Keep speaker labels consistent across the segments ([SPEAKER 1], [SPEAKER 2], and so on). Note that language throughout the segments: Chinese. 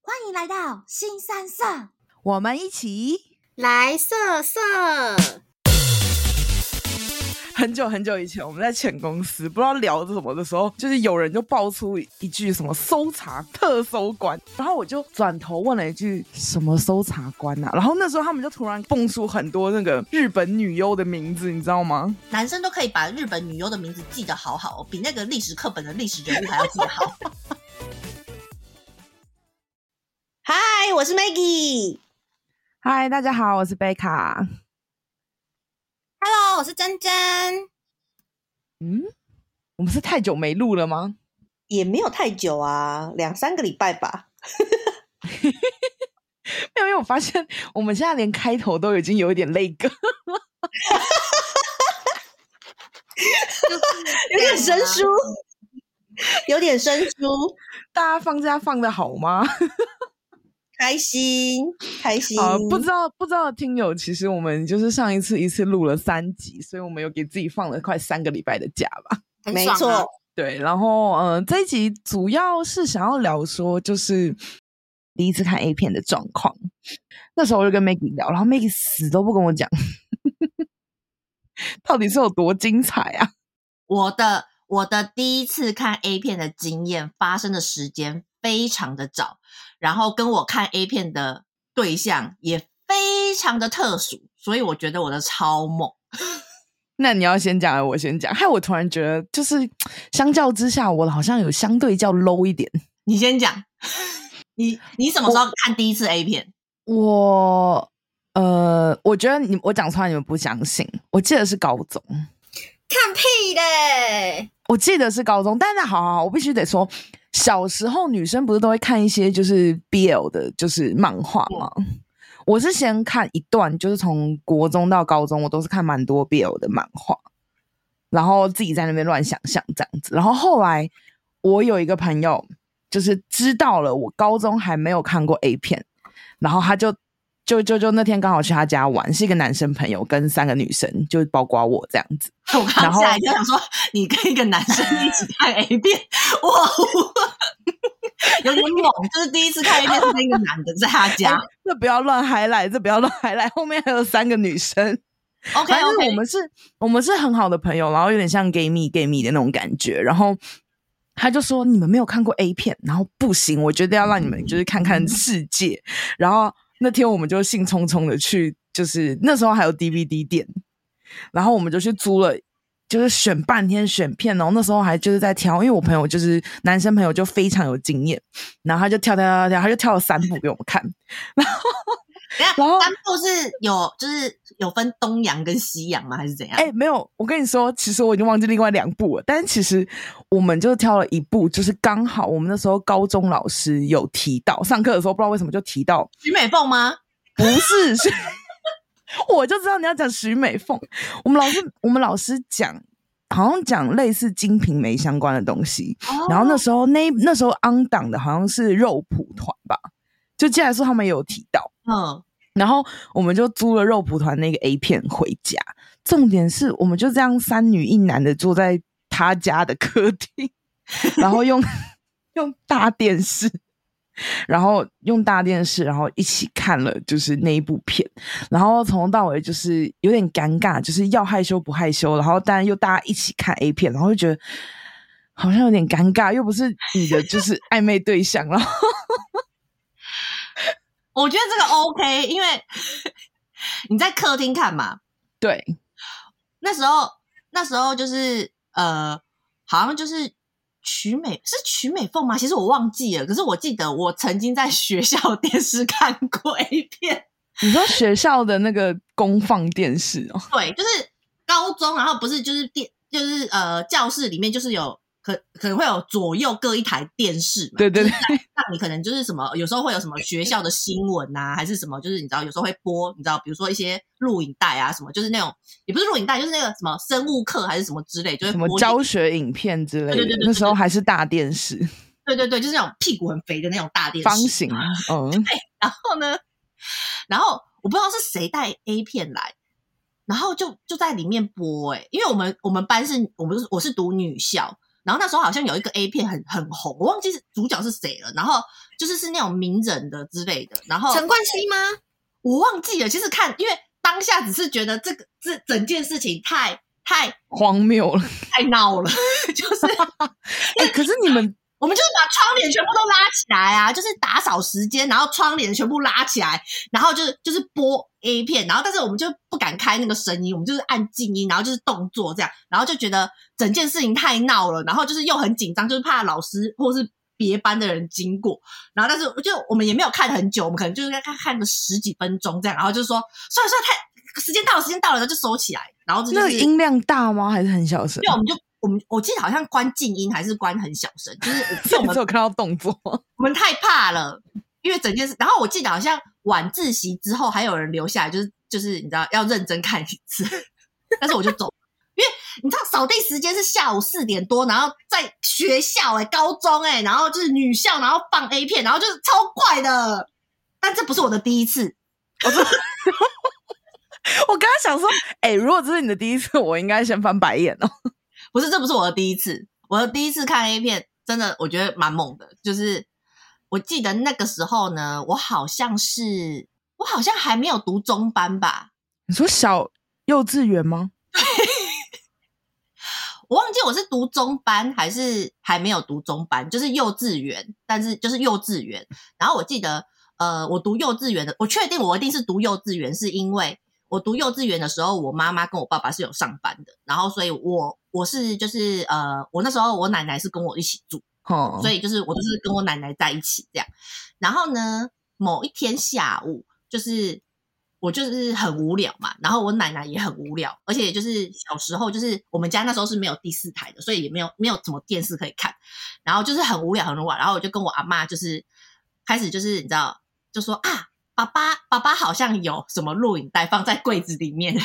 [SPEAKER 1] 欢迎来到新三色，
[SPEAKER 2] 我们一起。
[SPEAKER 3] 来色色，
[SPEAKER 2] 很久很久以前，我们在前公司不知道聊着什么的时候，就是有人就爆出一句什么搜查特搜官，然后我就转头问了一句什么搜查官呐、啊，然后那时候他们就突然蹦出很多那个日本女优的名字，你知道吗？
[SPEAKER 1] 男生都可以把日本女优的名字记得好好、哦，比那个历史课本的历史人物还要记得好。 嗨，我是 Maggie。
[SPEAKER 2] 嗨，大家好，我是贝卡。
[SPEAKER 3] Hello，我是珍珍，
[SPEAKER 2] 嗯，我们是太久没录了吗？
[SPEAKER 1] 也没有太久啊，两三个礼拜吧。
[SPEAKER 2] 没有，因为我发现我们现在连开头都已经有一点累梗，
[SPEAKER 1] 有点生疏，有点生疏，
[SPEAKER 2] 大家放假放的好吗？
[SPEAKER 1] 开心开心。
[SPEAKER 2] 啊、不知道不知道听友，其实我们就是上一次一次录了三集，所以我们有给自己放了快三个礼拜的假吧。
[SPEAKER 3] 很
[SPEAKER 1] 没
[SPEAKER 3] 爽啊
[SPEAKER 1] 错，
[SPEAKER 2] 对，然后嗯、呃，这一集主要是想要聊说，就是第一次看 A 片的状况。那时候我就跟 Maggie 聊，然后 Maggie 死都不跟我讲， 到底是有多精彩啊？
[SPEAKER 1] 我的我的第一次看 A 片的经验发生的时间非常的早，然后跟我看 A 片的对象也非常的特殊，所以我觉得我的超猛。
[SPEAKER 2] 那你要先讲，还是我先讲，害我突然觉得，就是相较之下，我好像有相对较 low 一点。
[SPEAKER 1] 你先讲，你你什么时候看第一次 A 片？
[SPEAKER 2] 我呃，我觉得你我讲出来你们不相信，我记得是高中，
[SPEAKER 3] 看屁嘞！
[SPEAKER 2] 我记得是高中，但是好好好，我必须得说，小时候女生不是都会看一些就是 BL 的，就是漫画吗？我是先看一段，就是从国中到高中，我都是看蛮多 BL 的漫画，然后自己在那边乱想象这样子。然后后来我有一个朋友，就是知道了我高中还没有看过 A 片，然后他就就就就那天刚好去他家玩，是一个男生朋友跟三个女生，就包括我这样子。
[SPEAKER 1] 我刚
[SPEAKER 2] 然后
[SPEAKER 1] 下来就想说，你跟一个男生一起看 A 片，哇， 有点猛，就是第一次看 A 片是跟一个男的在他家。
[SPEAKER 2] 这不要乱嗨来，这不要乱嗨来，后面还有三个女生。
[SPEAKER 1] OK
[SPEAKER 2] 反正
[SPEAKER 1] OK，
[SPEAKER 2] 我们是，我们是很好的朋友，然后有点像 gay 蜜 gay 蜜的那种感觉。然后他就说：“你们没有看过 A 片，然后不行，我觉得要让你们就是看看世界。”然后那天我们就兴冲冲的去，就是那时候还有 DVD 店，然后我们就去租了。就是选半天选片，哦然后那时候还就是在挑，因为我朋友就是男生朋友就非常有经验，然后他就跳跳跳跳，他就跳了三部给我们看，
[SPEAKER 1] 等一下
[SPEAKER 2] 然后
[SPEAKER 1] 三部是有就是有分东洋跟西洋吗？还是怎样？
[SPEAKER 2] 哎、没有，我跟你说，其实我已经忘记另外两部了，但是其实我们就挑了一部，就是刚好我们那时候高中老师有提到，上课的时候不知道为什么就提到，
[SPEAKER 1] 徐美凤吗？
[SPEAKER 2] 不是 是，我就知道你要讲徐美凤，我们老师我们老师讲。好像讲类似《金瓶梅》相关的东西，
[SPEAKER 3] 哦
[SPEAKER 2] 然后那时候那那时候 on 档的好像是肉蒲团吧，就既然说他们有提到，
[SPEAKER 1] 嗯，
[SPEAKER 2] 然后我们就租了肉蒲团那个 A 片回家。重点是，我们就这样三女一男的坐在他家的客厅， 然后用 用大电视，然后用大电视，然后一起看了就是那一部片。然后从头到尾就是有点尴尬，就是要害羞不害羞，然后但又大家一起看 A 片，然后就觉得好像有点尴尬，又不是你的就是暧昧对象，然后
[SPEAKER 1] 我觉得这个 OK，因为 你在客厅看嘛，
[SPEAKER 2] 对
[SPEAKER 1] 那时候那时候就是呃，好像就是曲美是曲美凤吗？其实我忘记了，可是我记得我曾经在学校电视看过 A 片，
[SPEAKER 2] 你说学校的那个公放电视哦。
[SPEAKER 1] 对，就是高中，然后不是就是电就是呃教室里面就是有。可可能会有左右各一台电视嘛，
[SPEAKER 2] 对对对，
[SPEAKER 1] 那你可能就是什么，有时候会有什么学校的新闻呐、还是什么，就是你知道有时候会播，你知道，比如说一些录影带啊什么，就是那种也不是录影带，就是那个什么生物课还是什么之类，就会
[SPEAKER 2] 什么
[SPEAKER 1] 播
[SPEAKER 2] 教学影片之类的，
[SPEAKER 1] 对对对对
[SPEAKER 2] 那时候还是大电视
[SPEAKER 1] 对对对，就是那种屁股很肥的那种大电视
[SPEAKER 2] 方形，嗯，
[SPEAKER 1] 然后呢，然后我不知道是谁带 A 片来，欸然后就就在里面播哎、因为我们我们班是我们是我是读女校，然后那时候好像有一个 A 片很很红，我忘记是主角是谁了。然后就是是那种名人的之类的。然后
[SPEAKER 3] 陈冠希吗？
[SPEAKER 1] 我忘记了，其实看因为当下只是觉得这个这整件事情太太
[SPEAKER 2] 荒谬了。
[SPEAKER 1] 太闹了， 就是
[SPEAKER 2] 哎、可是你们
[SPEAKER 1] 我们就是把窗帘全部都拉起来啊，就是打扫时间，然后窗帘全部拉起来，然后就是就是播 A 片，然后但是我们就不敢开那个声音，我们就是按静音，然后就是动作这样，然后就觉得整件事情太闹了，然后就是又很紧张，就是怕老师或是别班的人经过，然后但是就我们也没有看很久，我们可能就是看看个十几分钟这样，然后就说算了算了，太时间到了，时间到了，然后就收起来，然后这就
[SPEAKER 2] 那个
[SPEAKER 1] 是
[SPEAKER 2] 音量大吗？还是很小声
[SPEAKER 1] 因？为我们就我们我记得好像关静音还是关很小声，就是我 因为
[SPEAKER 2] 所以
[SPEAKER 1] 我
[SPEAKER 2] 你
[SPEAKER 1] 们
[SPEAKER 2] 只有看到动作，
[SPEAKER 1] 我们太怕了，因为整件事。然后我记得好像晚自习之后还有人留下来，就是就是你知道要认真看一次， 但是我就走了，因为你知道扫地时间是下午四点多，然后在学校哎、高中哎、然后就是女校，然后放 A 片，然后就是超怪的。但这不是我的第一次，
[SPEAKER 2] 我刚刚想说，哎、如果这是你的第一次，我应该先翻白眼哦。
[SPEAKER 1] 不是，这不是我的第一次。我的第一次看 A 片，真的我觉得蛮猛的。就是我记得那个时候呢，我好像是我好像还没有读中班吧，
[SPEAKER 2] 你说小幼稚园吗？
[SPEAKER 1] 我忘记我是读中班还是还没有读中班，就是幼稚园，但是就是幼稚园。然后我记得，呃，我读幼稚园的，我确定我一定是读幼稚园，是因为我读幼稚园的时候，我妈妈跟我爸爸是有上班的，然后所以我我是就是呃，我那时候我奶奶是跟我一起住，
[SPEAKER 2] 哦，
[SPEAKER 1] 所以就是我就是跟我奶奶在一起这样。然后呢，某一天下午，就是我就是很无聊嘛，然后我奶奶也很无聊，而且就是小时候就是我们家那时候是没有第四台的，所以也没有没有什么电视可以看，然后就是很无聊很无聊，然后我就跟我阿妈就是开始就是你知道就说啊。爸爸，爸爸好像有什么录影带放在柜子里面，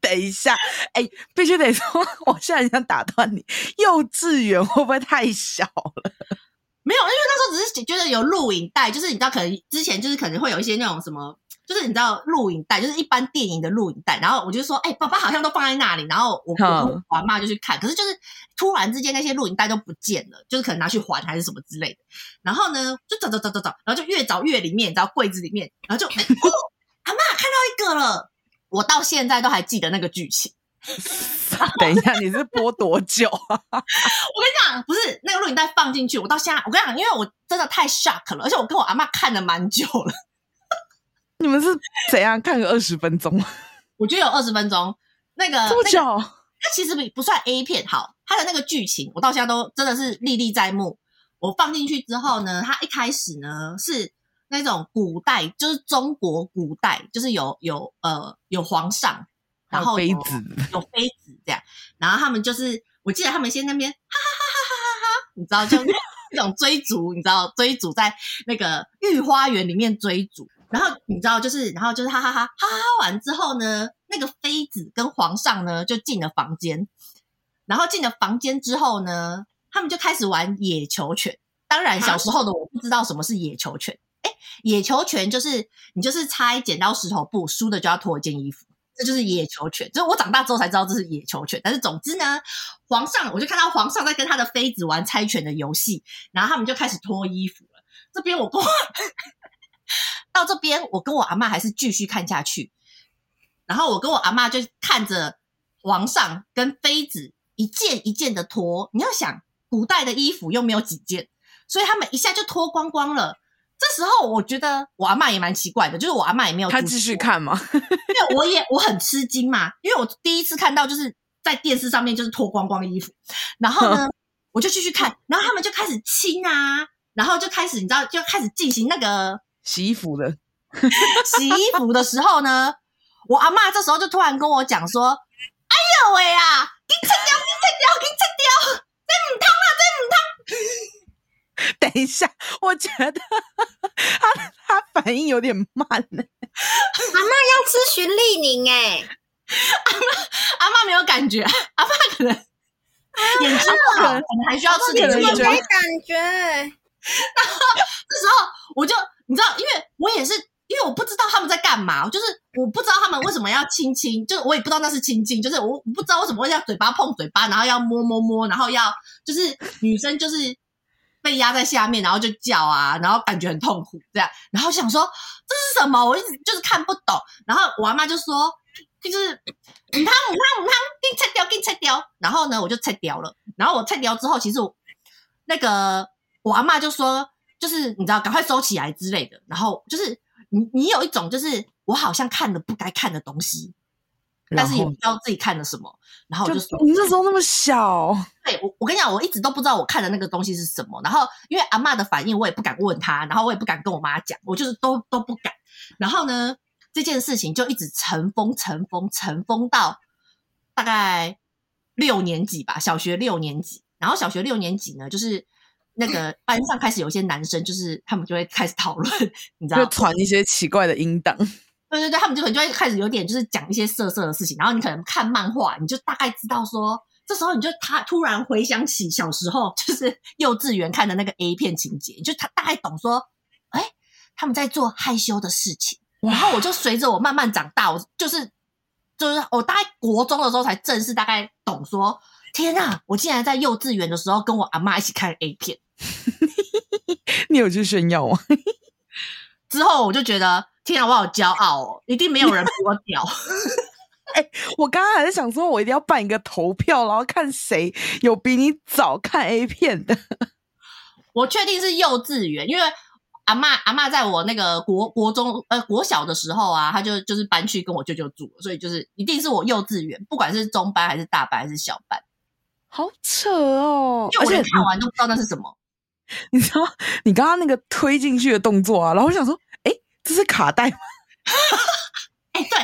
[SPEAKER 2] 等一下，哎、必须得说， 我现在很想打断你，幼稚园会不会太小了？
[SPEAKER 1] 没有，因为那时候只是觉得有录影带，就是你知道，可能之前就是可能会有一些那种什么，就是你知道录影带，就是一般电影的录影带。然后我就说，哎、爸爸好像都放在那里。然后我
[SPEAKER 2] 嗯
[SPEAKER 1] 我我妈就去看，可是就是突然之间那些录影带都不见了，就是可能拿去还还是什么之类的。然后呢，就找找找找找，然后就越找越里面，你知道柜子里面，然后就、哎哦、阿妈看到一个了，我到现在都还记得那个剧情。
[SPEAKER 2] 等一下，你是播多久啊？
[SPEAKER 1] 我跟你讲，不是那个录影带放进去，我到现在，我跟你讲，因为我真的太 shock 了，而且我跟我阿妈看了蛮久了，
[SPEAKER 2] 你们是怎样看个二十分钟？啊
[SPEAKER 1] 我觉得有二十分钟。那个
[SPEAKER 2] 这么久？
[SPEAKER 1] 那个，它其实不不算 A 片，好，它的那个剧情我到现在都真的是历历在目。我放进去之后呢，它一开始呢是那种古代，就是中国古代，就是有有呃有皇上，然后
[SPEAKER 2] 还有
[SPEAKER 1] 有
[SPEAKER 2] 妃子，
[SPEAKER 1] 有妃子这样，然后他们就是，我记得他们先那边哈哈哈哈哈哈哈，你知道就那种追逐，你知道追逐在那个御花园里面追逐，然后你知道就是，然后就是哈哈哈哈哈哈完之后呢，那个妃子跟皇上呢就进了房间，然后进了房间之后呢，他们就开始玩野球拳。当然，小时候的我不知道什么是野球拳。哎，野球拳就是你就是猜剪刀石头布，输的就要脱一件衣服，这就是野球拳。就是我长大之后才知道这是野球拳。但是总之呢，皇上我就看到皇上在跟他的妃子玩猜拳的游戏，然后他们就开始脱衣服了。这边我跟我 到这边，我跟我阿妈还是继续看下去。然后我跟我阿妈就看着皇上跟妃子一件一件的脱。你要想，古代的衣服又没有几件，所以他们一下就脱光光了。这时候我觉得我阿妈也蛮奇怪的，就是我阿妈也没有
[SPEAKER 2] 他
[SPEAKER 1] 阻止
[SPEAKER 2] 继续
[SPEAKER 1] 我
[SPEAKER 2] 看吗？
[SPEAKER 1] 因为我也我很吃惊嘛，因为我第一次看到就是在电视上面就是脱光光的衣服，然后呢，我就继续看，然后他们就开始亲啊，然后就开始你知道就开始进行那个
[SPEAKER 2] 洗衣服的，
[SPEAKER 1] 洗衣服的时候呢，我阿嬷这时候就突然跟我讲说：“哎呦喂啊，给拆掉，给拆掉，给拆掉，这唔烫啊，这唔烫。
[SPEAKER 2] 等一下，我觉得他他反应有点慢呢、
[SPEAKER 3] 要咨询丽宁哎，”
[SPEAKER 1] 阿嬷没有感觉，阿嬷可能 眼睛不好，可能还需要吃
[SPEAKER 2] 阿嬷可
[SPEAKER 1] 点
[SPEAKER 2] 能
[SPEAKER 1] 什
[SPEAKER 3] 你
[SPEAKER 2] 对
[SPEAKER 1] 么
[SPEAKER 2] 觉得
[SPEAKER 3] 没感觉？
[SPEAKER 1] 这时候我就你知道，因为我也是，因为我不知道他们在干嘛，就是我不知道他们为什什么要亲亲，就是我也不知道那是亲亲，就是我我不知道为什么会要嘴巴碰嘴巴，然后要摸摸摸，然后要就是女生就是被压在下面，然后就叫啊，然后感觉很痛苦这样，然后想说这是什么，我一直就是看不懂，然后我阿妈就说就是嗯母汤母汤母汤，给你拆掉给你拆掉，然后呢我就拆掉了，然后我拆掉之后，其实我那个我阿妈就说就是你知道赶快收起来之类的，然后就是。你你有一种就是我好像看了不该看的东西，但是也不知道自己看了什么，然后我
[SPEAKER 2] 就
[SPEAKER 1] 哦就说，
[SPEAKER 2] 你那时候那么小，
[SPEAKER 1] 对我我跟你讲，我一直都不知道我看的那个东西是什么，然后因为阿嬷的反应，我也不敢问她，然后我也不敢跟我妈讲，我就是都都不敢。然后呢，这件事情就一直尘封、尘封、尘封到大概六年级吧，小学六年级。然后小学六年级呢，就是那个班上开始有一些男生，就是他们就会开始讨论， 你知道
[SPEAKER 2] 就
[SPEAKER 1] 吗？
[SPEAKER 2] 传一些奇怪的音档，
[SPEAKER 1] 对对对，他们就可能就会开始有点就是讲一些色色的事情，然后你可能看漫画，你就大概知道说，这时候你就他突然回想起小时候就是 幼稚园看的那个 A 片情节，你就他大概懂说，哎，他们在做害羞的事情。
[SPEAKER 2] 哇
[SPEAKER 1] 然后我就随着我慢慢长大，我就是就是我大概国中的时候才正式大概懂说，天啊，我竟然在幼稚园的时候跟我阿妈一起看 A 片。
[SPEAKER 2] 你有去炫耀吗？
[SPEAKER 1] 之后我就觉得，天啊，我好骄傲哦，一定没有人比我屌。
[SPEAKER 2] 我刚刚还在想说，我一定要办一个投票，然后看谁有比你早看 A 片的。
[SPEAKER 1] 我确定是幼稚园，因为阿嬷阿嬷在我那个国国中呃国小的时候啊，她就就是搬去跟我舅舅住了，所以就是一定是我幼稚园，不管是中班还是大班还是小班，
[SPEAKER 2] 好扯哦！
[SPEAKER 1] 因为
[SPEAKER 2] 而
[SPEAKER 1] 我
[SPEAKER 2] 且
[SPEAKER 1] 连看完都不知道那是什么。
[SPEAKER 2] 你 知道你刚刚那个推进去的动作啊，然后我想说，哎，这是卡带吗？
[SPEAKER 1] 哎、对，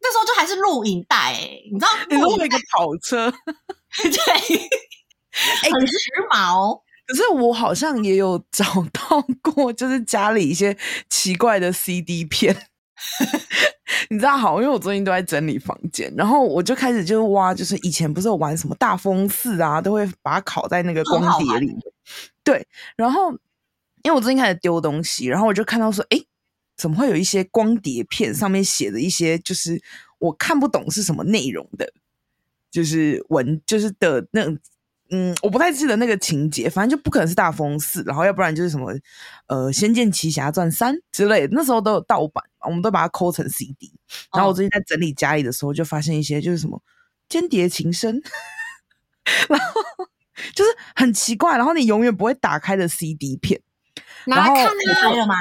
[SPEAKER 1] 那时候就还是录影带哎、你知道
[SPEAKER 2] 你弄
[SPEAKER 1] 录
[SPEAKER 2] 了
[SPEAKER 1] 影
[SPEAKER 2] 一个跑车。
[SPEAKER 1] 带 对，
[SPEAKER 2] 哎
[SPEAKER 1] 很时髦。
[SPEAKER 2] 可是我好像也有 找到过，就是家里一些奇怪的 CD 片。 你知道好，因为我最近都在整理房间，然后我就开始就是挖，就是以前不是有玩什么大风四啊，都会把它拷在那个光
[SPEAKER 1] 很好
[SPEAKER 2] 碟
[SPEAKER 1] 玩欸
[SPEAKER 2] 里面。对，然后因为我最近开始丢东西，然后我就看到说，诶，怎么会有一些光碟片上面写的一些就是我看不懂是什么内容的，就是文就是的那种嗯，我不太记得那个情节，反正就不可能是大风四，然后要不然就是什么呃《仙剑奇侠传三》之类的，那时候都有盗版嘛，我们都把它抠成 CD。然后我
[SPEAKER 1] 哦
[SPEAKER 2] 最近在整理家里的时候，就发现一些就是什么《间谍情深》， 然后就是很奇怪，然后你永远不会打开的 CD 片。
[SPEAKER 3] 拿来
[SPEAKER 2] 然后
[SPEAKER 3] 看
[SPEAKER 1] 你
[SPEAKER 3] 啊！
[SPEAKER 1] 开了吗？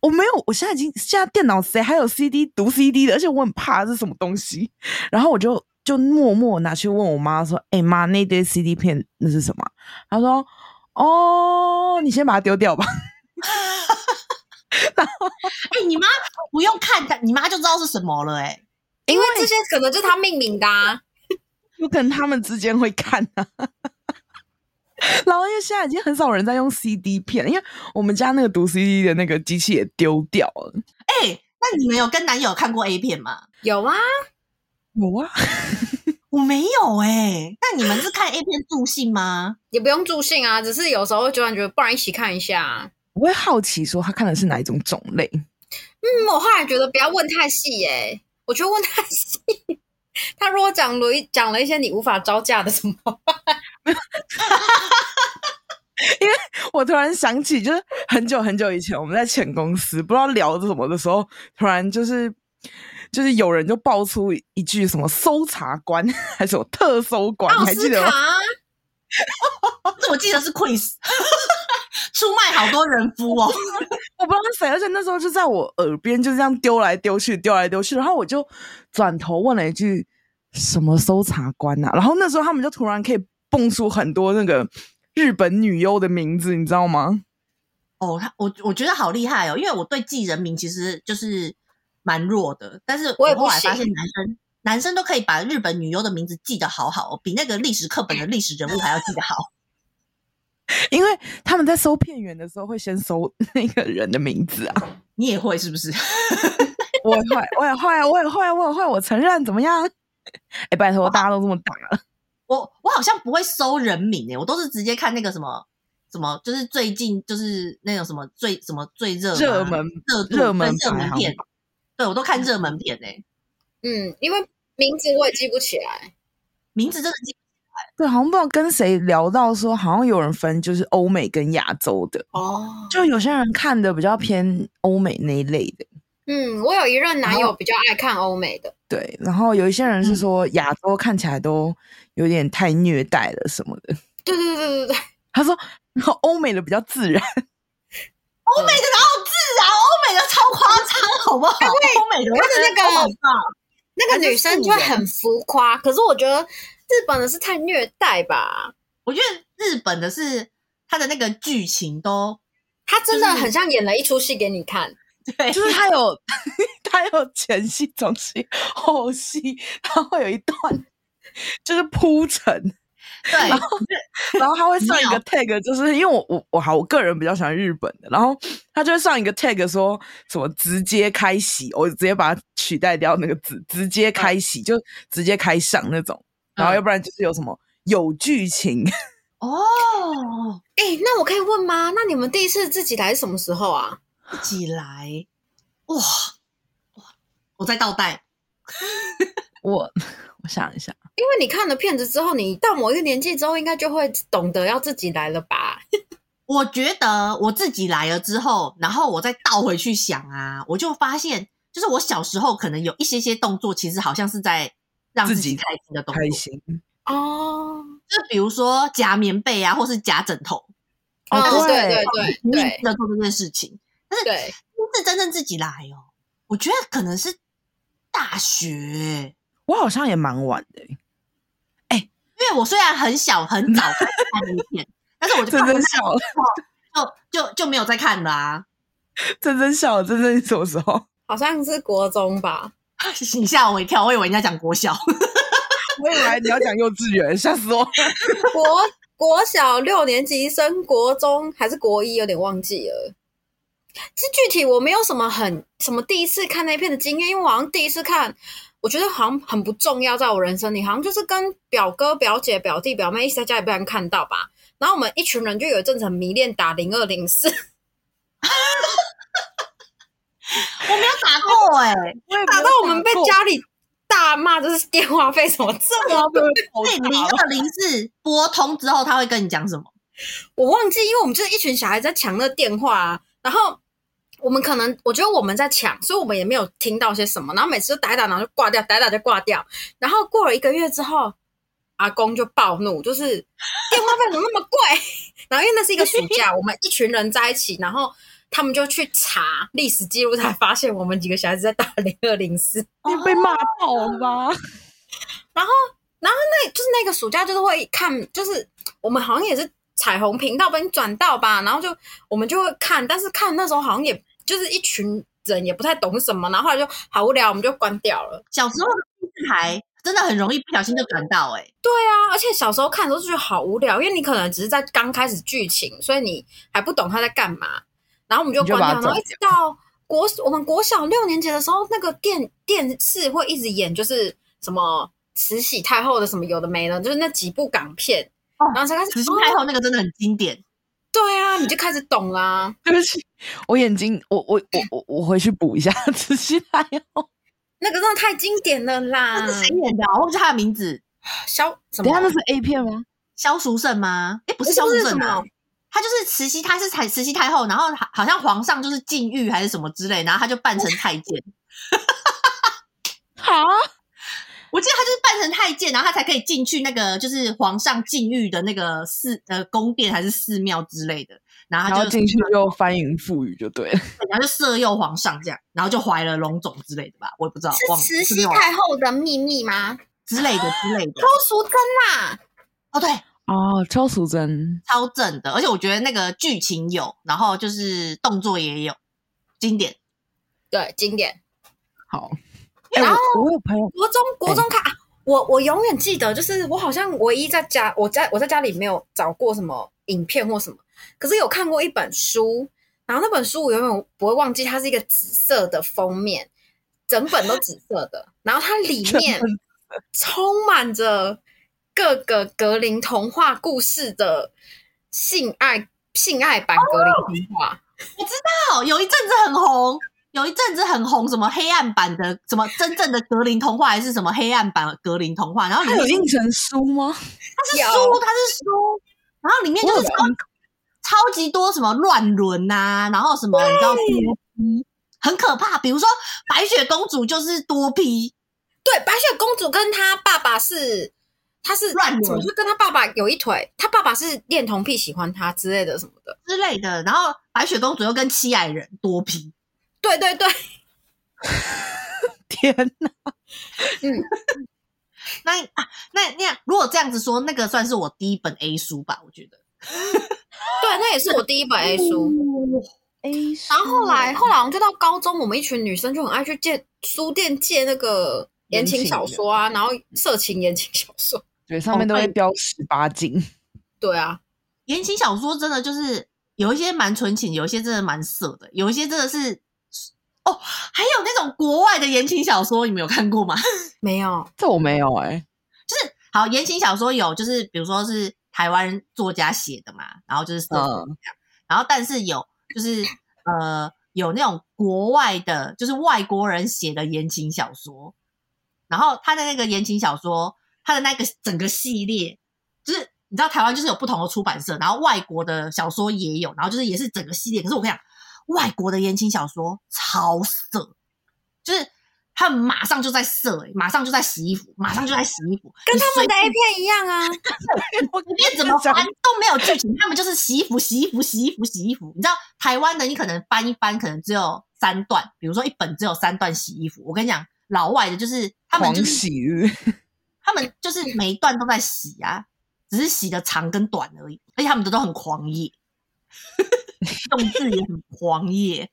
[SPEAKER 2] 我没有，我现在已经现在电脑谁还有 CD 读 CD 的，而且我很怕是什么东西， 然后我就就默默拿去问我妈说：“哎、妈，那堆 CD 片那是什么啊？”她说：“哦，你先把它丢掉吧。
[SPEAKER 1] 哎、你妈不用看，她你妈就知道是什么了哎、
[SPEAKER 3] 因为这些可能就是他命名的啊。”
[SPEAKER 2] 有可能他们之间会看啊。 然后因为现在已经很少人在用 CD 片了，因为我们家那个读 CD 的那个机器也丢掉了。
[SPEAKER 1] 哎、那你们有跟男友看过 A 片吗？
[SPEAKER 3] 有啊，
[SPEAKER 2] 有啊，
[SPEAKER 1] 我没有哎、那你们是看 A 片助兴吗？
[SPEAKER 3] 也不用助兴啊，只是有时候会突然觉得，不然一起看一下啊。
[SPEAKER 2] 我会好奇说他看的是哪一种种类。
[SPEAKER 3] 嗯，我后来觉得不要问太细耶、我觉得问太细， 他如果讲了一讲了一些你无法招架的什么，
[SPEAKER 2] 我突然想起，就是很久很久以前我们在前公司不知道聊着什么的时候，突然就是就是有人就爆出一句什么搜查官 还是什么特搜官，
[SPEAKER 3] 奥
[SPEAKER 2] 你还记
[SPEAKER 3] 斯
[SPEAKER 2] 得
[SPEAKER 3] 卡
[SPEAKER 2] 吗？
[SPEAKER 3] 啊
[SPEAKER 1] 这 我记得是 quiz，出卖好多人夫哦。
[SPEAKER 2] 我不知道是谁，而且那时候就在我耳边就这样丢来丢去，丢来丢去，然后我就转头问了一句什么搜查官啊，然后那时候他们就突然可以蹦出很多那个日本女优的名字，你知道吗？
[SPEAKER 1] 哦，他我我觉得好厉害哦，因为我对记人名其实就是蛮弱的，但是
[SPEAKER 3] 我也不
[SPEAKER 1] 后来
[SPEAKER 3] 行
[SPEAKER 1] 发现男生男生都可以把日本女优的名字记得好好、哦，比那个历史课本的历史人物还要记得好。
[SPEAKER 2] 因为他们在搜片源的时候会先搜 那个人的名字啊。
[SPEAKER 1] 你也会是不是？
[SPEAKER 2] 我也会，我也会，我也会，我也会，我承认，怎么样？哎、拜托，大家都这么大了，
[SPEAKER 1] 我我好像不会搜人名欸诶，我都是直接看那个什么什么，就是最近就是那种什么最什么最热吗
[SPEAKER 2] 热门
[SPEAKER 1] 热度
[SPEAKER 2] 热门
[SPEAKER 1] 对热
[SPEAKER 2] 排
[SPEAKER 1] 门
[SPEAKER 2] 行
[SPEAKER 1] 片，对我都看热门片诶。欸
[SPEAKER 3] 嗯，因为名字我也记不起来。
[SPEAKER 1] 名字真的记
[SPEAKER 2] 对，好像不知道跟谁聊到说，好像有人分就是欧美跟亚洲的，
[SPEAKER 3] 哦，
[SPEAKER 2] 就有些人看的比较偏欧美那一类的，
[SPEAKER 3] 嗯，我有一任男友比较爱看欧美的，
[SPEAKER 2] 对。然后有一些人是说亚洲看起来都有点太虐待了什么的，
[SPEAKER 3] 对对对对对对，
[SPEAKER 2] 他说，然后欧美的比较自然，
[SPEAKER 1] 欧美的哪有自然？欧美的超夸张，好不好？欧美的 Oh 我
[SPEAKER 3] 他的那个
[SPEAKER 1] 觉得都好棒
[SPEAKER 3] 那个女生就会很浮夸，可是我觉得日本的是太虐待吧，
[SPEAKER 1] 我觉得日本的是它的那个剧情都
[SPEAKER 3] 她真的
[SPEAKER 1] 就是
[SPEAKER 3] 很像演了一出戏给你看。
[SPEAKER 1] 对，
[SPEAKER 2] 就是他有他有前戏、中戏、后戏，他会有一段 就是铺陈，
[SPEAKER 1] 对，
[SPEAKER 2] 然后他会上一
[SPEAKER 1] 妙
[SPEAKER 2] 个 tag，就是因为我我我好，我个人比较喜欢日本的，然后他就会上一个 tag 说什么直接开洗，我直接把它取代掉那个字，直接开洗、就直接开上那种，然后要不然就是有什么有剧情，
[SPEAKER 1] 哦，
[SPEAKER 3] 哎、那我可以问吗？那你们第一次自己来是什么时候啊？
[SPEAKER 1] 一起来，哇哇，我在倒带，
[SPEAKER 2] 我我想一下，
[SPEAKER 3] 因为你看了片子之后，你到某一个年纪之后，应该就会懂得要自己来了吧？
[SPEAKER 1] 我觉得我自己来了之后，然后我再倒回去想啊，我就发现，就是我小时候可能有一些些动作，其实好像是在让自
[SPEAKER 2] 自
[SPEAKER 1] 己
[SPEAKER 2] 己
[SPEAKER 1] 开心的动作，
[SPEAKER 2] 开心
[SPEAKER 3] 哦，
[SPEAKER 1] 就比如说夹棉被啊，或是夹枕头，
[SPEAKER 2] 哦
[SPEAKER 3] 嗯，对
[SPEAKER 2] 对
[SPEAKER 3] 对对
[SPEAKER 1] 拼
[SPEAKER 3] 对
[SPEAKER 1] 命的做这件事情。但是
[SPEAKER 3] 对，
[SPEAKER 1] 是真正自己来哦，我觉得可能是大学，
[SPEAKER 2] 我好像也蛮晚的、欸，
[SPEAKER 1] 因为我虽然很小很早开始看 A 片，但是我 就
[SPEAKER 2] 真
[SPEAKER 1] 看
[SPEAKER 2] 真
[SPEAKER 1] 完
[SPEAKER 2] 笑了，
[SPEAKER 1] 就就就没有再看了啊。
[SPEAKER 2] 真真笑了，真真什么时候？
[SPEAKER 3] 好像是国中吧？
[SPEAKER 1] 你吓我一跳，我以为人家讲国小，
[SPEAKER 2] 我以为你要讲幼稚园，吓死我了！
[SPEAKER 3] 国国小六年级升国中还是国一，有点忘记了。这具体我没有什么很什么第一次看那片的经验，因为我好像第一次看，我觉得好像很不重要，在我人生里好像就是跟表哥、表姐、表弟、表妹一起在家里被人看到吧。然后我们一群人就有一阵子很迷恋打零二零四，
[SPEAKER 1] 我没有打过 哎、欸，
[SPEAKER 2] 我也
[SPEAKER 3] 打到啊我们被家里大骂，就是电话费什么这
[SPEAKER 2] 哦
[SPEAKER 3] 么多
[SPEAKER 1] 对，零二零四拨通之后，他会跟你讲什么？
[SPEAKER 3] 我忘记，因为我们就是一群小孩在抢那个电话、啊，然后我们可能我觉得我们在抢，所以我们也没有听到些什么，然后每次就打一打，然后就挂掉，打一打就挂掉。然后过了一个月之后，阿公就暴怒，就是电话费怎么那么贵？ 然后因为那是一个暑假，我们一群人在一起，然后他们就去查历史记录，才发现我们几个小孩子在打零二零四。
[SPEAKER 2] 你被骂爆了吧？
[SPEAKER 3] 那就是那个暑假就是会看，就是我们好像也是彩虹频道被你转到吧，然后就我们就会看，但是看那时候好像也就是一群人也不太懂什么，然后后来就好无聊，我们就关掉了。
[SPEAKER 1] 小时候的电视台真的很容易不小心就转到哎、
[SPEAKER 3] 对啊，而且小时候看的时候就觉得好无聊，因为你可能只是在刚开始剧情，所以你还不懂他在干嘛，然后我们就
[SPEAKER 2] 你就
[SPEAKER 3] 关掉，
[SPEAKER 2] 把它
[SPEAKER 3] 然后一直到国我们国小六年级的时候，那个电电视会一直演，就是什么慈禧太后的什么有的没的，就是那几部港片。
[SPEAKER 1] 哦
[SPEAKER 3] 然后才开始，
[SPEAKER 1] 慈禧
[SPEAKER 3] 哦
[SPEAKER 1] 太后那个真的很经典，
[SPEAKER 3] 对啊，你就开始懂啦。
[SPEAKER 2] 对不起，我眼睛，我我我我我回去补一下， 仔细来哦。
[SPEAKER 3] 那个真的太经典了啦
[SPEAKER 1] 那！是谁演的啊？我忘记他的名字，
[SPEAKER 3] 肖什
[SPEAKER 2] 等一
[SPEAKER 3] 么
[SPEAKER 2] 下？那是 A 片吗？
[SPEAKER 1] 萧淑慎吗？哎，不是
[SPEAKER 3] 是
[SPEAKER 1] 萧
[SPEAKER 3] 不
[SPEAKER 1] 淑
[SPEAKER 3] 是
[SPEAKER 1] 慎
[SPEAKER 3] 什
[SPEAKER 1] 啊
[SPEAKER 3] 么，？
[SPEAKER 1] 她就是慈禧，她是太慈禧太后，然后好好像皇上就是禁欲还是什么之类，然后她就扮成太监。
[SPEAKER 2] 好，
[SPEAKER 1] 我记得她就是扮成太监，然后她才可以进去那个就是皇上禁欲的那个寺呃宫殿还是寺庙之类的，然后
[SPEAKER 2] 然
[SPEAKER 1] 她
[SPEAKER 2] 后
[SPEAKER 1] 就
[SPEAKER 2] 进去啊就翻云覆雨就对了。
[SPEAKER 1] 然后就色诱皇上这样，然后就怀了龙种之类的吧，我也不知道，忘了是没有
[SPEAKER 3] 后的秘密吗？
[SPEAKER 1] 之类的之类的
[SPEAKER 3] 周。淑贞啦，
[SPEAKER 1] 哦，对，
[SPEAKER 2] 哦，邱淑贞，
[SPEAKER 1] 超正的，而且我觉得那个剧情有，然后就是动作也有，经典。
[SPEAKER 3] 对，经典。
[SPEAKER 2] 好。哎、
[SPEAKER 3] 然后
[SPEAKER 2] 我我有朋友，
[SPEAKER 3] 国中国中看、啊，我我永远记得，就是我好像唯一在家，我在我在家里没有找过什么影片或什么，可是有看过一本书，然后那本书我永远不会忘记，它是一个紫色的封面，整本都紫色的，然后它里面
[SPEAKER 2] 整本
[SPEAKER 3] 充满着各个格林童话故事的性爱性爱版格林童话。
[SPEAKER 1] 哦，有一阵子很红，有一阵子很红，什么黑暗版的，什么真正的格林童话，还是什么黑暗版格林童话？然后里
[SPEAKER 2] 它
[SPEAKER 1] 面
[SPEAKER 2] 有印成书吗？
[SPEAKER 1] 它是
[SPEAKER 3] 有
[SPEAKER 1] 书，它是书，然后里面就
[SPEAKER 2] 我
[SPEAKER 1] 是
[SPEAKER 2] 有
[SPEAKER 1] 超超级多什么乱伦呐，然后什么你知道多批，很可怕。比如说白雪公主就是多批，
[SPEAKER 3] 对，白雪公主跟她爸爸是，她是
[SPEAKER 1] 乱伦
[SPEAKER 3] 怎么就跟她爸爸有一腿，她爸爸是恋童癖，喜欢她之类的什么的。
[SPEAKER 1] 之类的。然后白雪公主又跟七矮人多批，
[SPEAKER 3] 对对 对，
[SPEAKER 2] 天哪！
[SPEAKER 3] 嗯
[SPEAKER 1] 那啊那那样如果这样子说，那个算是我第一本 A 书吧，我觉得。
[SPEAKER 3] 对，那也是我第一本 A 书。
[SPEAKER 1] 嗯
[SPEAKER 2] A
[SPEAKER 3] 然后后来，后来我们就到高中，我们一群女生就很爱去借书店借那个言情小说啊，然后色情言情小说。
[SPEAKER 2] 对上面都会标十八禁，
[SPEAKER 3] 对啊，
[SPEAKER 1] 言情小说真的就是有一些蛮纯情，有一些真的蛮色的，有一些真的是哦，还有那种国外的言情小说，你们有看过吗？
[SPEAKER 3] 没有，
[SPEAKER 2] 这我没有哎。
[SPEAKER 1] 就是好言情小说有，就是比如说是台湾作家写的嘛，然后就是色情
[SPEAKER 2] 嗯
[SPEAKER 1] 这样，然后但是有就是呃有那种国外的，就是外国人写的言情小说，然后他的那个言情小说，他的那个整个系列，就是你知道台湾就是有不同的出版社，然后外国的小说也有，然后就是也是整个系列，可是我跟你讲，外国的言情小说超色，就是。他们马上就在色、欸，马上就在洗衣服，马上就在洗衣服，
[SPEAKER 3] 跟
[SPEAKER 1] 你
[SPEAKER 3] 他
[SPEAKER 1] 随
[SPEAKER 3] 们的 A 片一样啊。
[SPEAKER 2] 我
[SPEAKER 1] 随便怎么翻都没有剧情，他们就是洗衣服、洗衣服、洗衣服、洗衣服。你知道台湾的，你可能翻一翻，可能只有三段，比如说一本只有三段洗衣服。我跟你讲，老外的就是他们
[SPEAKER 2] 狂
[SPEAKER 1] 就是
[SPEAKER 2] 喜日，
[SPEAKER 1] 他们就是每一段都在洗啊，只是洗的长跟短而已，而且他们的都很狂野， 用字也很狂野。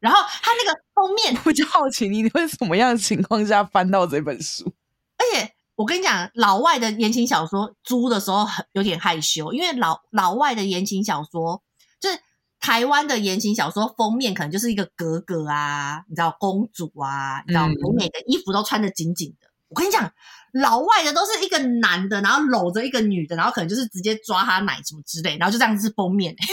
[SPEAKER 1] 然后他那个封面
[SPEAKER 2] 我就好奇你你会什么样的情况下翻到这本书？
[SPEAKER 1] 而且我跟你讲，老外的言情小说租的时候很有点害羞，因为老老外的言情小说就是台湾的言情小说封面可能就是一个格格啊，你知道公主啊，你知道
[SPEAKER 2] 嗯
[SPEAKER 1] 美美的衣服都穿的紧紧的。我跟你讲，老外的都是一个男的，然后搂着一个女的，然后可能就是直接抓她奶什么之类，然后就这样子封面、欸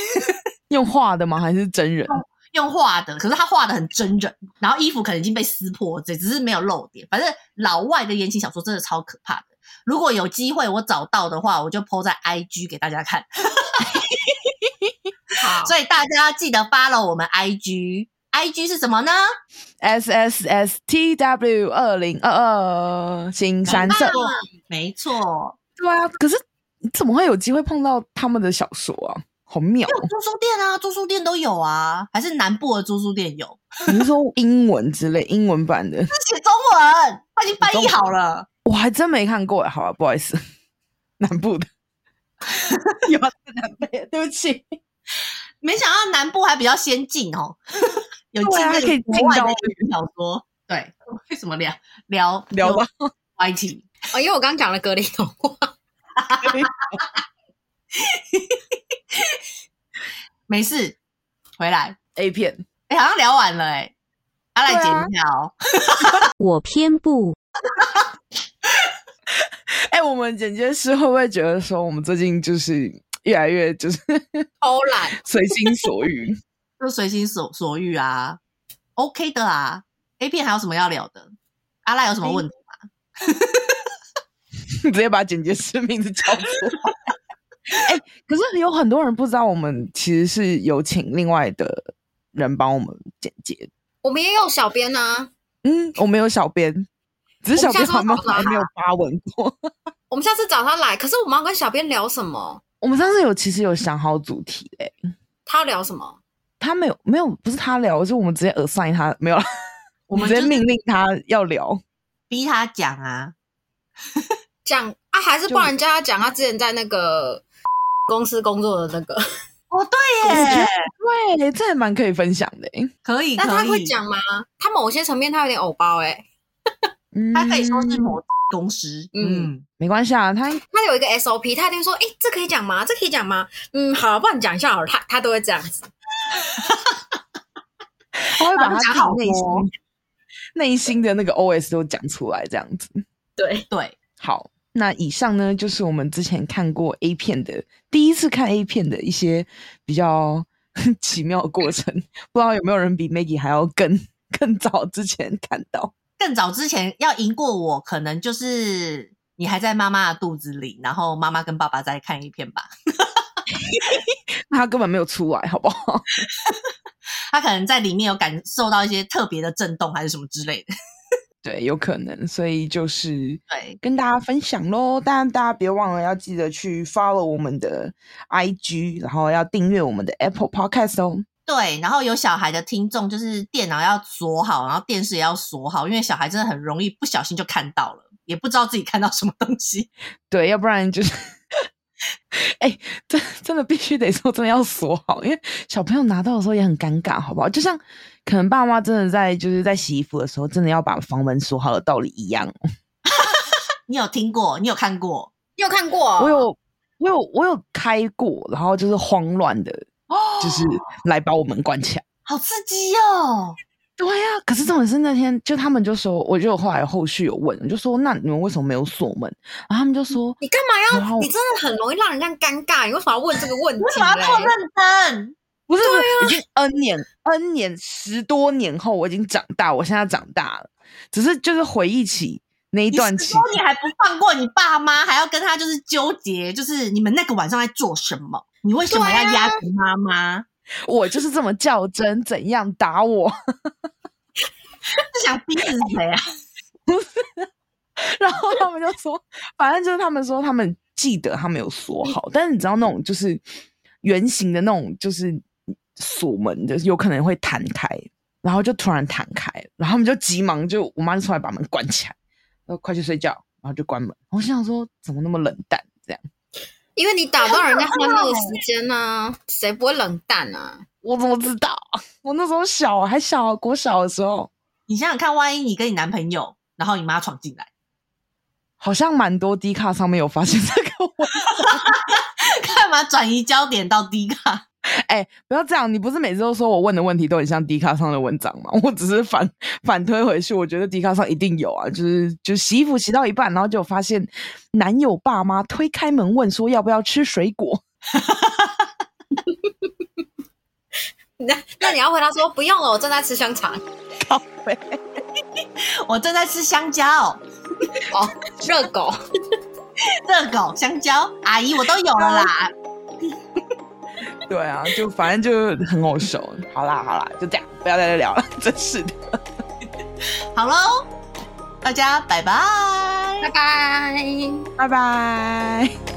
[SPEAKER 2] 用画的吗？还是真人？
[SPEAKER 1] 用画的，可是他画的很真人，然后衣服可能已经被撕破，只只是没有露点。反正老外的言情小说真的超可怕的。如果有机会我找到的话，我就 PO 在 IG 给大家看。
[SPEAKER 3] 好，
[SPEAKER 1] 所以大家记得 follow 我们 IG，IG 是什么呢？
[SPEAKER 2] S S S T W 二零二二新三色。
[SPEAKER 1] 没错，
[SPEAKER 2] 对啊，可是你怎么会有机会碰到他们的小说啊？好妙哦！
[SPEAKER 1] 租书店啊，租书店都有啊，还是南部的租书店有，
[SPEAKER 2] 你是说英文之类英文版的？
[SPEAKER 1] 是写中文，他已经翻译好了。
[SPEAKER 2] 我还真没看过耶，好吧，不好意思， 南部的有啊，在南北， 对不起，
[SPEAKER 1] 没想到南部还比较先进哦， 有进
[SPEAKER 2] 对啊
[SPEAKER 1] 那
[SPEAKER 2] 还可以
[SPEAKER 1] 个国
[SPEAKER 2] 进
[SPEAKER 1] 外的
[SPEAKER 2] 到
[SPEAKER 1] 言情小说。对，为什么聊聊
[SPEAKER 2] 聊吧，
[SPEAKER 1] 歪题？
[SPEAKER 3] 哦，因为我刚讲了格林童话，
[SPEAKER 1] 没事，回来。
[SPEAKER 2] A 片，
[SPEAKER 1] 哎、好像聊完了哎、阿来
[SPEAKER 2] 对
[SPEAKER 1] 剪
[SPEAKER 2] 啊
[SPEAKER 1] 一下哦。
[SPEAKER 4] 我偏不。
[SPEAKER 2] 哎、我们剪接师会不会觉得说我们最近就是越来越就是
[SPEAKER 3] 偷懒。
[SPEAKER 2] 随心所欲？
[SPEAKER 1] 就随心所所欲啊，OK 的啊。A 片还有什么要聊的？阿赖有什么问题？
[SPEAKER 2] 直接把剪接师名字叫出来。哎、可是有很多人不知道，我们其实是有请另外的人帮我们剪接。
[SPEAKER 3] 我们也有小编啊，
[SPEAKER 2] 嗯，我们有小编，只是
[SPEAKER 3] 我
[SPEAKER 2] 小
[SPEAKER 3] 们下
[SPEAKER 2] 编
[SPEAKER 3] 次会
[SPEAKER 2] 好像没有
[SPEAKER 3] 找他
[SPEAKER 2] 还没有发文过。
[SPEAKER 3] 我们下次找他来。可是我们要跟小编聊什么？
[SPEAKER 2] 我们上次有其实有想好主题嘞、
[SPEAKER 3] 他要聊什么？
[SPEAKER 2] 他没有没有不是他聊，是我们直接耳塞他没有 啦，我
[SPEAKER 1] 们
[SPEAKER 2] 们直接
[SPEAKER 1] 就是
[SPEAKER 2] 命令他要聊。
[SPEAKER 1] 逼他讲啊。
[SPEAKER 3] 讲啊，还是
[SPEAKER 2] 就
[SPEAKER 3] 帮人家讲他之前在那个 公司工作的那个？
[SPEAKER 1] 哦，对
[SPEAKER 2] 我觉
[SPEAKER 1] 耶
[SPEAKER 2] 得，对，这也蛮可以分享的、欸。
[SPEAKER 1] 可 以，
[SPEAKER 3] 但他
[SPEAKER 1] 可
[SPEAKER 3] 会
[SPEAKER 1] 以
[SPEAKER 3] 讲吗？他某些层面他有点偶包哎、
[SPEAKER 2] 嗯
[SPEAKER 1] 他可以说是某公司，
[SPEAKER 3] 嗯
[SPEAKER 1] 嗯，
[SPEAKER 2] 没关系啊，他
[SPEAKER 3] 他有一个 SOP，他一定说，哎、这可以讲吗？这可以讲吗？嗯，好，帮你讲一下好了。他他都会这样子，
[SPEAKER 2] 他会把他自
[SPEAKER 1] 讲好
[SPEAKER 2] 己内心
[SPEAKER 1] 多
[SPEAKER 2] 内心的那个 OS 都讲出来，这样子。
[SPEAKER 3] 对，
[SPEAKER 1] 对，
[SPEAKER 2] 好，那以上呢就是我们之前看过 A 片的第一次看 A 片的一些比较 奇妙的过程。不知道有没有人比 Maggie 还要更更早之前看到？
[SPEAKER 1] 更早之前要赢过我，可能就是你还在妈妈的肚子里，然后妈妈跟爸爸再看一片吧。
[SPEAKER 2] 他根本没有出来，好不好？
[SPEAKER 1] 他可能在里面有感受到一些特别的震动，还是什么之类的。
[SPEAKER 2] 对，有可能，所以就是
[SPEAKER 1] 对，
[SPEAKER 2] 跟大家分享喽。当然，大家别忘了要记得去 follow 我们的 IG，然后要订阅我们的 Apple Podcast 哦。
[SPEAKER 1] 对，然后有小孩的听众，就是电脑要锁好，然后电视也要锁好，因为小孩真的很容易不小心就看到了，也不知道自己看到什么东西。
[SPEAKER 2] 对，要不然就是，哎、真真的必须得说，真的要锁好，因为小朋友拿到的时候也很尴尬，好不好？就像可能爸妈真的在就是在洗衣服的时候，真的要把房门锁好的道理一样。
[SPEAKER 1] 你有听过？你有看过？
[SPEAKER 3] 你有看过？
[SPEAKER 2] 我有，我有，我有开过，然后就是慌乱的，
[SPEAKER 1] 哦，
[SPEAKER 2] 就是来把我们关起来。
[SPEAKER 1] 好刺激 哦！
[SPEAKER 2] 对呀、可是重点是那天就他们就说，我就后来后续有问，就说那你们为什么没有锁门？然后他们就说，
[SPEAKER 3] 你干嘛
[SPEAKER 2] 然
[SPEAKER 3] 要？
[SPEAKER 2] 后
[SPEAKER 3] 你真的很容易让人家尴尬，你为什么要问这个问题嘞？
[SPEAKER 1] 为什么要这么认真？
[SPEAKER 2] 不是，
[SPEAKER 1] 啊
[SPEAKER 2] 不是已经 N 年 N 年十多年后，我已经长大，我现在长大了，只是就是回忆起那一
[SPEAKER 1] 你
[SPEAKER 2] 段
[SPEAKER 1] 十
[SPEAKER 2] 期
[SPEAKER 1] 多，年还不放过你爸妈，还要跟他就是纠结，就是你们那个晚上在做什么？你为什么
[SPEAKER 2] 啊
[SPEAKER 1] 要压着妈妈？
[SPEAKER 2] 我就是这么较真，怎样打我，
[SPEAKER 1] 是想逼死谁啊？
[SPEAKER 2] 然后他们就说，反正就是他们说他们记得他们有锁好，但是你知道那种就是圆形的那种就是锁门的，有可能会弹开，然后就突然弹开，然后他们就急忙就我妈就出来把门关起来，然后快去睡觉，然后就关门，我心想说怎么那么冷淡这样。
[SPEAKER 3] 因为你打断人家欢乐的时间呢、谁不会冷淡啊？
[SPEAKER 2] 我怎么知道？ 我那时候小，还小，国小的时候，
[SPEAKER 1] 你想想看，万一你跟你男朋友，然后你妈闯进来，
[SPEAKER 2] 好像蛮多 D 卡上面有发现这个问题。
[SPEAKER 1] 干嘛转移焦点到低卡？
[SPEAKER 2] 哎、不要这样，你不是每次都说我问的问题都很像 D 卡上的文章吗？ 我只是反反推回去，我觉得 D 卡上一定有啊，就是就洗衣服洗到一半，然后就发现男友爸妈推开门问说要不要吃水果，
[SPEAKER 3] 那那你要回答说不用了，我正在吃香肠，
[SPEAKER 2] 靠背
[SPEAKER 1] 我正在吃香蕉，
[SPEAKER 3] 哦热狗。
[SPEAKER 1] 热狗、香蕉，阿姨我都有了啦。
[SPEAKER 2] 对啊，就反正就很好笑。好啦好啦，就这样，不要再聊了，真是的。
[SPEAKER 1] 好喽，大家拜拜。
[SPEAKER 3] 拜拜。
[SPEAKER 2] 拜拜。